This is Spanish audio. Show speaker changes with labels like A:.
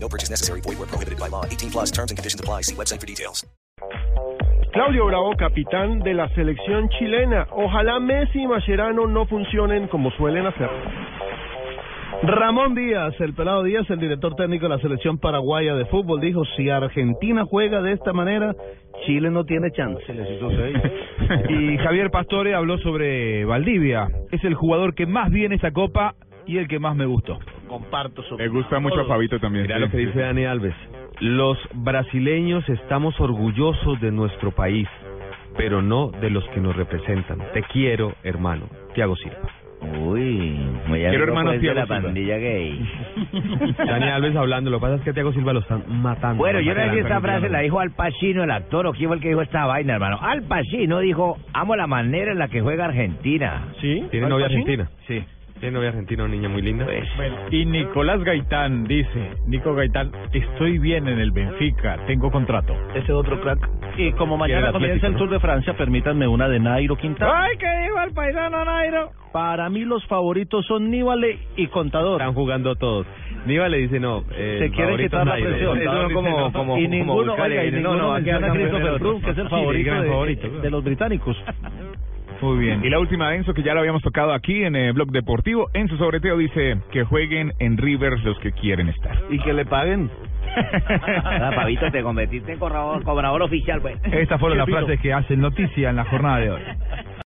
A: No purchase necessary. Void where prohibited by law. 18 plus terms and conditions apply. See website for details.
B: Claudio Bravo, capitán de la selección chilena. Ojalá Messi y Mascherano no funcionen como suelen hacer.
C: Ramón Díaz, el pelado Díaz, el director técnico de la selección paraguaya de fútbol, dijo, si Argentina juega de esta manera, Chile no tiene chance.
D: Y Javier Pastore habló sobre Valdivia. Es el jugador que más viene esa copa y el que más me gustó.
C: Comparto su...
E: Me gusta mucho a Fabito también.
F: Mirá lo que dice Dani Alves. Los brasileños estamos orgullosos de nuestro país, pero no de los que nos representan. Te quiero, hermano. Tiago Silva.
G: Uy, muy
E: Quiero
G: amigo,
E: hermanos
G: pues, de la
E: Thiago Silva.
G: pandilla gay.
F: Dani Alves hablando. Lo que pasa es que a Tiago Silva lo están matando.
G: Bueno, yo
F: Lo
G: no sé si
F: mataron,
G: esta
F: lo mataron.
G: frase la dijo Al Pacino, el actor, o quién fue el que dijo esta vaina, hermano. Al Pacino dijo, amo la manera en la que juega Argentina.
B: ¿Sí?
F: ¿Tiene
B: ¿Al
F: novia
B: Pacino?
F: argentina? Sí. ¿Tiene novia argentina, una niña muy linda?
G: Pues
D: Y Nicolás Gaitán dice, Nico Gaitán, estoy bien en el Benfica, tengo contrato.
C: Ese otro crack. Y como
D: Y el
C: mañana
D: Atlético,
C: comienza el
D: ¿no?
C: Tour de Francia, permítanme una de Nairo Quintana.
D: ¡Ay, qué dijo el paisano Nairo!
C: Para mí los favoritos son Nívale y Contador.
F: Están jugando todos. Niva le dice no. eh,
C: Se quieren
F: favorito
C: quitar la
F: Nairo.
C: presión.
F: Eso no como, como,
C: y
F: como
C: ninguno,
F: buscar,
C: oiga,
F: eh,
C: y ninguno
F: no, no, va a quedar
C: menciona a
F: campeón
C: Christopher
F: del
C: Froome, que es el
F: Sí,
C: favorito,
F: gran
C: de,
F: favorito.
C: de los británicos.
D: Muy bien.
E: Y la última, Enzo, que ya lo habíamos tocado aquí en el Blog Deportivo. Enzo Sobreteo dice que jueguen en Rivers los que quieren estar.
C: Y que le paguen.
G: Ah, Pabito, te convertiste en corredor- cobrador, oficial, pues.
D: Estas fueron las frases que hacen noticia en la jornada de hoy.